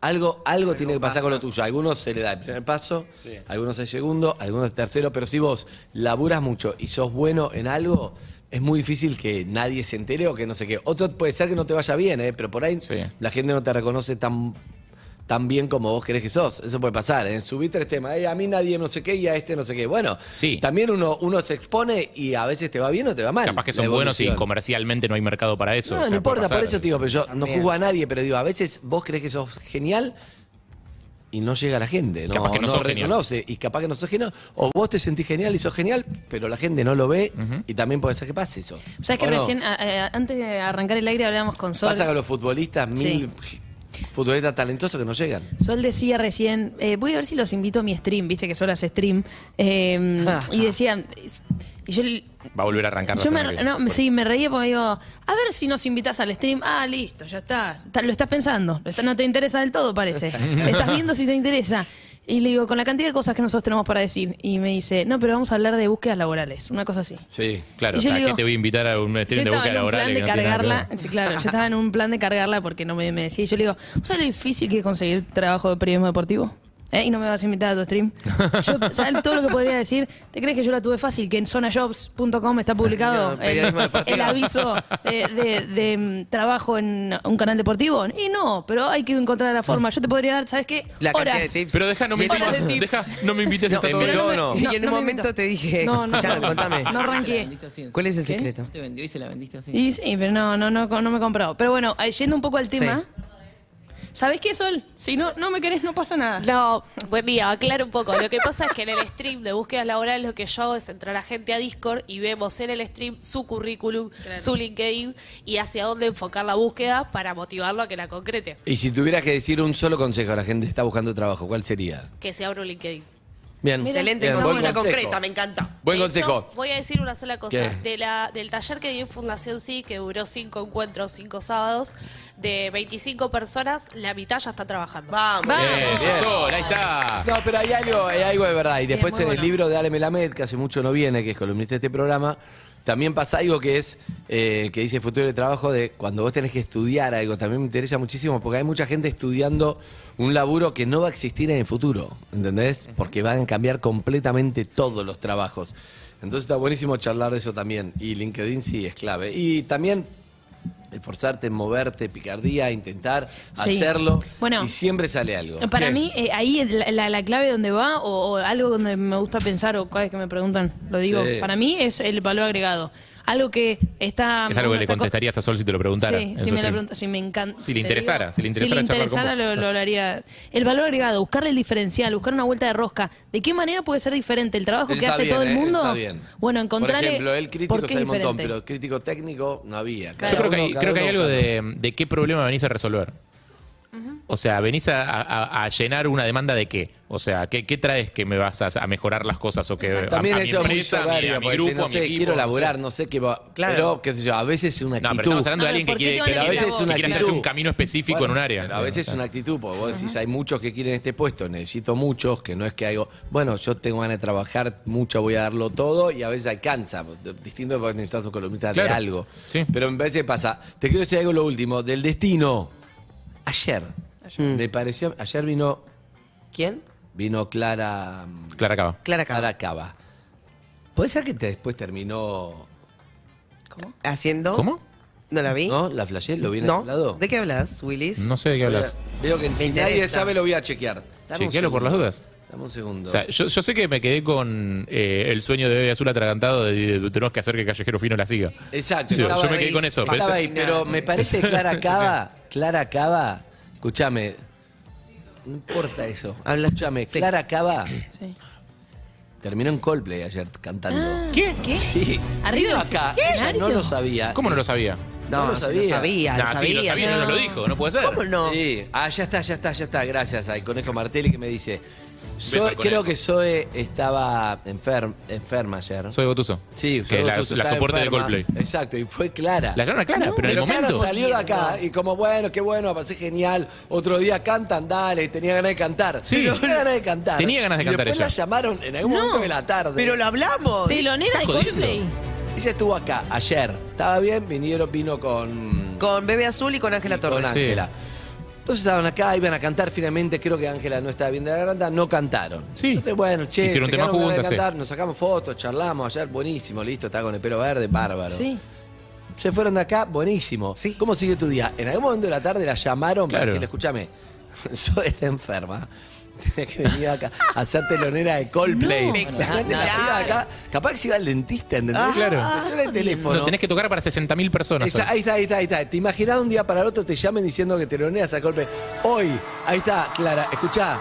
algo, algo tiene que pasar con lo tuyo. A algunos se le da el primer paso, a algunos el segundo, a algunos el tercero, pero si vos laburas mucho y sos bueno en algo, es muy difícil que nadie se entere o que no sé qué. Otro puede ser que no te vaya bien, ¿eh? pero por ahí Sí. la gente no te reconoce tan tan bien como vos querés que sos. Eso puede pasar. ¿eh? Subí tres temas. "Eh, a mí nadie no sé qué y a este no sé qué. Bueno, Sí. también uno, uno se expone y a veces te va bien o te va mal. Capaz que la son buenos y evolución. comercialmente no hay mercado para eso. No, o sea, no puede importa, por pasar. eso te digo, pero yo no juzgo a nadie, pero digo, a veces vos crees que sos genial y no llega la gente, no, Capaz que no sos genial. reconoce y capaz que no sos genial, o vos te sentís genial y sos genial, pero la gente no lo ve y también puede ser que pase eso. O sea, es que ¿O no? recién, a- a- antes de arrancar el aire, hablábamos con Sol. pasa con los futbolistas, mil futbolistas talentosos que no llegan. Sol decía recién, eh, voy a ver si los invito a mi stream, viste que Sol hace stream. eh, y decía, y yo, le- Va a volver a arrancar. la yo me, semana que viene. no, me- sí, me reía porque digo, a ver si nos invitas al stream. Ah, listo, ya está. Ta- lo estás pensando. Lo está- no te interesa del todo, parece. estás viendo si te interesa. Y le digo, con la cantidad de cosas que nosotros tenemos para decir. Y me dice, no, pero vamos a hablar de búsquedas laborales. Una cosa así. Sí. Claro, Y o yo sea, le ¿qué digo, te voy a invitar a un Yo stream de estaba búsqueda en un laboral? plan de que no tiene nada que ver? cargarla, sí, claro, yo estaba en un plan de cargarla porque no me, me decía, y yo le digo, ¿sabes lo difícil que es conseguir trabajo de periodismo deportivo? ¿Eh? Y no me vas a invitar a tu stream. Yo, ¿Sabes todo lo que podría decir? ¿Te crees que yo la tuve fácil? Que en zonajobs.com está publicado No, el, periodismo deportivo. el aviso de, de- de, mm, trabajo en un canal deportivo. Y no, pero hay que encontrar la forma. Yo te podría dar, ¿sabes qué? La cantidad de Horas. tips. Pero deja, no me Y en- Horas de invites. tips. Deja, no me invites. este No, está todo pero bien. no me- no. Y en un me momento invitó. te dije, No, no, Charo, no. contame. No Se la arranqué. vendiste así, en ¿Cuál es el ¿Qué? secreto? Te vendió y se la vendiste así. Y sí, pero no, no, no, no me compró. Pero bueno, eh, yendo un poco al tema. ¿Sabés qué, Sol? Si no, no me querés, no pasa nada. No, buen día, aclaro un poco. Lo que pasa es que en el stream de búsquedas laborales lo que yo hago es entrar a gente a Discord y vemos en el stream su currículum, su LinkedIn y hacia dónde enfocar la búsqueda para motivarlo a que la concrete, Y si tuvieras que decir un solo consejo a la gente que está buscando trabajo, ¿cuál sería? que se abra un LinkedIn. Bien. Excelente, Bien, una buen cosa consejo. concreta, me encanta. Buen De hecho, consejo. voy a decir una sola cosa. ¿Qué? De la, del taller que di en Fundación Sí, que duró cinco encuentros, cinco sábados, de 25 personas, la mitad ya está trabajando. Vamos. Bien, Sol, ahí está. No, pero hay algo, hay algo de verdad. Y después muy en bueno. el libro de Ale Melamed, que hace mucho no viene, que es columnista de este programa, también pasa algo que es, eh, que dice Futuro de Trabajo, de cuando vos tenés que estudiar algo, también me interesa muchísimo, porque hay mucha gente estudiando un laburo que no va a existir en el futuro, ¿entendés? Porque van a cambiar completamente todos los trabajos. Entonces está buenísimo charlar de eso también. Y LinkedIn sí es clave. Y también esforzarte, moverte, picardía, intentar Sí. hacerlo. Bueno. y siempre sale algo. Para ¿Qué? mí, eh, ahí es la, la- la clave donde va, o, o algo donde me gusta pensar, o cada vez que me preguntan, lo digo, Sí. para mí es el valor agregado. Algo que está... Es algo que le está co- contestarías a Sol si te lo preguntara. Sí, en si su me la stream. pregunta, si me encanta. Si le interesara, si le interesara Si le charlar con interesara, vos. lo, lo hablaría. El valor agregado, buscarle el diferencial, buscar una vuelta de rosca. ¿De qué manera puede ser diferente el trabajo Eso que está hace bien, todo el ¿eh? Eso mundo? está bien. Bueno, encontrarle. Por ejemplo, el crítico por qué hay es un montón, diferente. pero crítico técnico no había. Cada Yo creo que uno- hay, cada creo que uno hay algo buscando. de, de qué problema venís a resolver. O sea, venís a, a- a llenar una demanda de qué. O sea, ¿qué, qué traes que me vas a, a mejorar las cosas? O que, a, También a mi eso es muy empresa, a mi- a soberbio, mi porque grupo, si no a mi sé, equipo, quiero no sé. laborar, no sé qué va... Claro. Pero, qué sé yo, a veces es una No, actitud. pero estamos hablando de No, alguien que ¿por qué quiere, te que van a quiere- elegir a vos? que quiere hacerse un Actitud. camino específico Bueno, en un área. pero a veces es una actitud, porque vos decís, hay muchos que quieren este puesto, necesito muchos, que no es que hago, bueno, yo tengo ganas de trabajar mucho, voy a darlo todo, y a veces alcanza, distinto porque necesitas un columnista de Claro. algo. Sí. Pero me parece que pasa. Te quiero decir algo lo último, del destino. Ayer, Mm. me pareció, ayer vino, ¿Quién? vino Clara... mm, Clara Cava. Clara Cava. Clara Cava. ¿Puede ser que te- después terminó, ¿Haciendo? ¿Cómo? ¿No la vi? no? ¿La flashé? ¿Lo vi en No. algún lado? ¿De qué hablas, Willis? No sé de qué hablas. Veo que si interesa. nadie sabe lo voy a chequear. Dame un Chequealo por las segundo. dudas. Dame un segundo. O sea, yo, yo sé que me quedé con eh, el sueño de Bebe Azul atragantado de, de- de- tenemos que hacer que Callejero Fino la siga. Exacto. Sí, yo estaba me quedé ahí, con eso, pero Estaba ahí, este- pero me parece que Clara Cava, Clara Cava, escúchame, no importa eso. Habla. Escúchame, Sí. Clara Cava Sí. terminó en Coldplay ayer cantando. ¿Qué? ¿Qué? Sí. Arriba Vino del acá, ella escenario. no lo sabía. ¿Cómo no lo sabía? No, No, lo sí, sabía. sabía, Nah, lo sí, sabía. lo sabía, no. nos lo dijo, no puede ser. ¿Cómo no? Sí, ah, ya está, ya está, ya está. Gracias al conejo Martelli que me dice. Beso Zoe- al conejo. creo que Zoe estaba enferma, enferma ayer. Soy Gotuso. Sí, que Zoe es la, Tuzo la estaba soporte de enferma. Coldplay. Exacto, y fue Clara. La llamaron a Clara, pero en el Clara momento. salió de acá y como, bueno, qué bueno, pasé genial. Otro día cantan, dale, tenía ganas de cantar. Sí. Pero tenía ganas de cantar. Tenía ganas de Y cantar después ella. la llamaron en algún momento de la tarde. Pero lo hablamos. Telonera de ¿Estás jodiendo? Coldplay. Ella estuvo acá ayer. Estaba bien, vinieron, vino con... Con Bebe Azul y con Ángela con Torres. Sí. Ángela. Entonces estaban acá, iban a cantar finalmente, creo que Ángela no estaba bien de la garganta, no cantaron. Sí. Entonces, bueno, che, Hicieron un se tema quedaron con ganas de juntas, sí. cantar, nos sacamos fotos, charlamos ayer, buenísimo, listo, está con el pelo verde, bárbaro. Sí. Se fueron de acá, buenísimo. Sí. ¿Cómo sigue tu día? En algún momento de la tarde la llamaron para Claro. decirle, escúchame, Zoe está enferma. Tenés que venir acá a ser telonera de Coldplay. No. La gente la Claro. pedía acá. Capaz que se iba al dentista, ¿entendés? claro. Me suena el teléfono. No, tenés que tocar para 60.000 personas. Esa- ahí está, ahí está, ahí está. ¿Te imaginas un día para el otro te llamen diciendo que te teloneas a golpe? Hoy, ahí está, Clara, escuchá,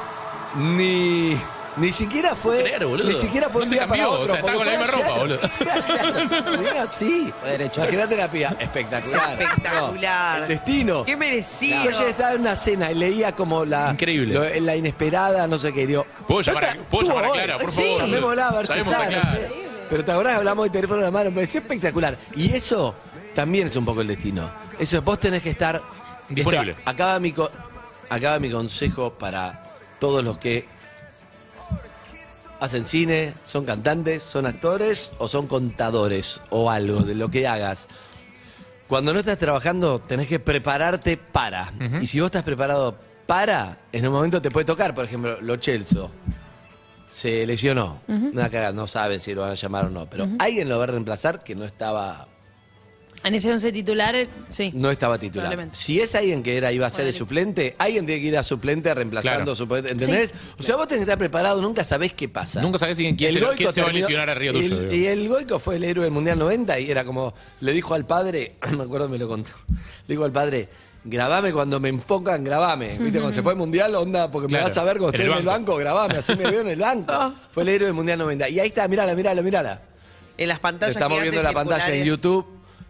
ni. Ni siquiera fue. puedo creer, boludo. Ni siquiera fue No un se día cambió, para o otro. sea, está porque con la fue misma ayer. Era así. Derecho. Imagínate la pía. Espectacular. Espectacular. No, el destino. ¡Qué merecido! Yo ayer estaba en una cena y leía como la. Increíble. lo- la inesperada, no sé qué. y Digo, ¿Puedo llamar a- "Esta puedo llamar a tuvo Clara, hoy". por Sí, favor? llamémosla, a ver si Llamemos a sale, no Clara. sé. Pero te acordás que hablamos de teléfono en la mano, me pareció espectacular. Y eso también es un poco el destino. Eso es, vos tenés que estar Disponible. Esto, acaba, mi co- acaba mi consejo para todos los que hacen cine, son cantantes, son actores o son contadores o algo de lo que hagas. Cuando no estás trabajando, tenés que prepararte para. Y si vos estás preparado para, en un momento te puede tocar, por ejemplo, lo Chelso. Se lesionó. Una cagada, no saben si lo van a llamar o no. Pero alguien lo va a reemplazar que no estaba En ese once titular, sí. no estaba titular. Probablemente. Si es alguien que era iba a ser el suplente, alguien tiene que ir a suplente reemplazando Claro. a suplente. ¿Entendés? O sea, vos tenés que estar preparado, nunca sabés qué pasa. Nunca sabés quién- quién El se lo- Goico quién se va a terminó- lesionar arriba tuyo, el- digo. Y el Goico fue el héroe del Mundial 90 y era como, le dijo al padre, me acuerdo me lo contó, le dijo al padre, grabame cuando me enfocan, grabame. ¿Viste? Cuando se fue al Mundial, onda, porque Claro. me vas a ver cuando En estoy el en el banco, banco, grabame, así me veo en el banco. Fue el héroe del Mundial 90. Y ahí está, mirala, mirala, mirala. En las Lo pantallas estamos gigantes viendo en la pantalla en circulares. YouTube,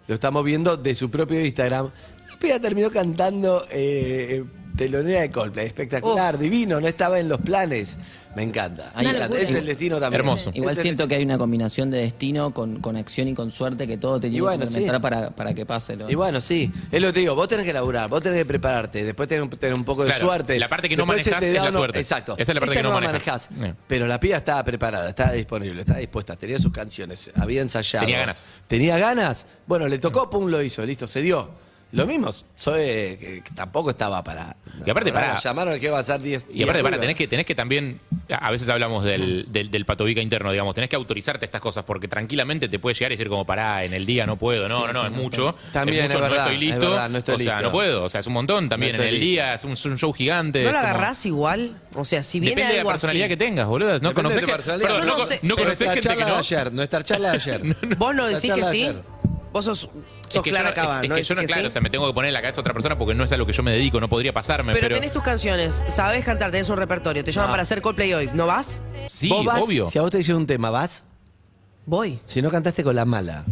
lo estamos viendo de su propio Instagram. La piba terminó cantando eh, eh, telonera de Coldplay. Espectacular, divino, no estaba en los planes. Me encanta. Ahí me encanta. locura. Es el destino también. Igual Es el siento que hay una combinación de destino con, con acción y con suerte que todo tenía Y bueno, que sí. conectar para, para que pase. lo- Y bueno, sí, es lo que te digo, vos tenés que laburar, vos tenés que prepararte, después tenés que tener un poco de Claro, suerte. la parte que no Después se manejás te es da la uno- suerte. Exacto. Esa es la parte que no manejás. Eh. Pero la piba estaba preparada, estaba disponible, estaba dispuesta, tenía sus canciones, había ensayado. Tenía ganas. Tenía ganas, bueno, le tocó, pum, lo hizo, listo, se dio. Lo mismo, Zoe, que, que tampoco estaba para... Y aparte, para... pará. llamaron que va a ser 10... Y aparte, para, tenés que, tenés que también, a a veces hablamos del, del, del patobica interno, digamos, tenés que autorizarte estas cosas, porque tranquilamente te puede llegar y decir como, pará, en el día no puedo, no, Sí, no, no, sí, es no, mucho, también es mucho, es verdad, no estoy es listo, verdad, no estoy o sea, listo. no puedo, o sea, es un montón también, No en estoy el día es un, es un show gigante. ¿No es lo eh, como- agarrás igual? O sea, si viene Depende de la algo personalidad así, que tengas, boludo. No Depende de conoces tu personalidad. Yo no sé, no pero nuestra conocés gente que charla no. de ayer, nuestra charla de ayer. ¿Vos no La decís que charla de sí? ayer. Vos sos, sos Es que yo Clara no- Cabán, es- es ¿no que yo no, decís que claro, sí? o sea, me tengo que poner en la cabeza a otra persona porque no es a lo que yo me dedico, no podría pasarme, pero, pero, Ah. tenés tus canciones, sabés cantar, tenés un repertorio, te llaman para hacer Coldplay hoy, ¿no vas? sí, ¿Vos vas? obvio. Si a vos te hicieron un tema, ¿vas? Voy. Si no cantaste con la mala.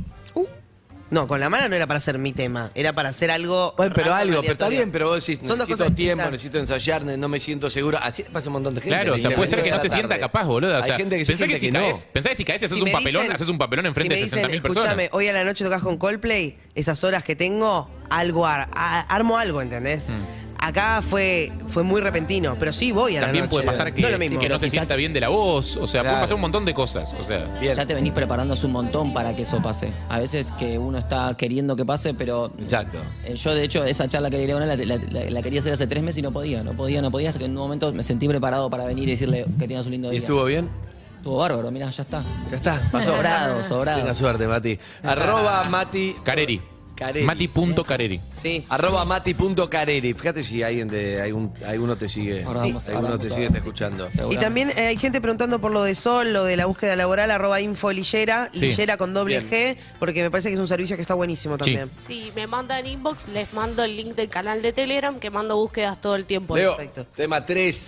No, con la mala no era para hacer mi tema, era para hacer algo. Bueno, pero random, algo, pero está aleatorio. bien, pero vos decís, Son dos necesito cosas tiempo, distintas. necesito ensayar, ne- no me siento seguro. Así pasa un montón de gente. Claro, o sea, Sí, puede sí, ser que no la se tarde. sienta capaz, boludo. O sea, Hay gente que se pensá siente que si que no. caes, pensá que si caes y haces Si un me papelón, dicen- haces un papelón enfrente si me de 60.000 dicen, personas. Escúchame, hoy a la noche tocas con Coldplay, esas horas que tengo, algo ar- a- armo algo, ¿entendés? Mm. Acá fue, fue muy repentino, pero sí voy a la También noche. puede pasar que no que es lo no, mismo. se sienta bien de la voz, o sea, Claro. puede pasar un montón de cosas, o sea. Bien. Ya te venís preparando hace un montón para que eso pase. A veces que uno está queriendo que pase, pero Exacto. eh, yo de hecho esa charla que quería la, la, la- la quería hacer hace tres meses y no podía, no podía, no podía, hasta que en un momento me sentí preparado para venir y decirle que tengas un lindo ¿Y día. estuvo bien? Estuvo bárbaro, mirá, ya está. Ya está, pasó. Sobrado, sobrado. Buena suerte, Mati. Arroba Mati. Careri. Careri. Mati.careri. Sí. Arroba mati.careri. Fíjate si alguien de, algún, alguno te sigue. Ahora vamos, ahora alguno vamos te a- sigue está escuchando. Y también eh, hay gente preguntando por lo de Sol, lo de la búsqueda laboral, arroba info Lillera, Sí. Lillera con doble Bien. G, porque me parece que es un servicio que está buenísimo Sí. también. Si me mandan inbox, les mando el link del canal de Telegram que mando búsquedas todo el tiempo. Leo, Perfecto. tema 3.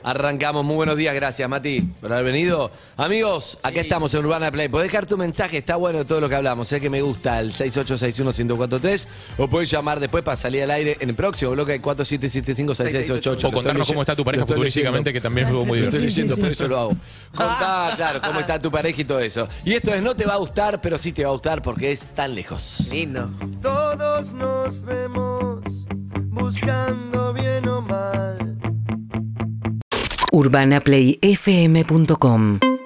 Arrancamos, muy buenos días, gracias Mati por haber venido. Amigos, acá estamos en Urbana Play. Podés dejar tu mensaje, está bueno todo lo que hablamos, sé que me gusta el 6861-1043 o podés llamar después para salir al aire en el próximo bloque del 4775-6688. O contarnos cómo está tu pareja futurísticamente, que también fue muy Yo estoy divertido. leyendo, pero eso lo hago. Contá, claro, cómo está tu pareja y todo eso. Y esto es No te va a gustar, pero sí te va a gustar porque es tan lejos. Lindo. Todos nos vemos buscando bien o mal. urbanaplayfm.com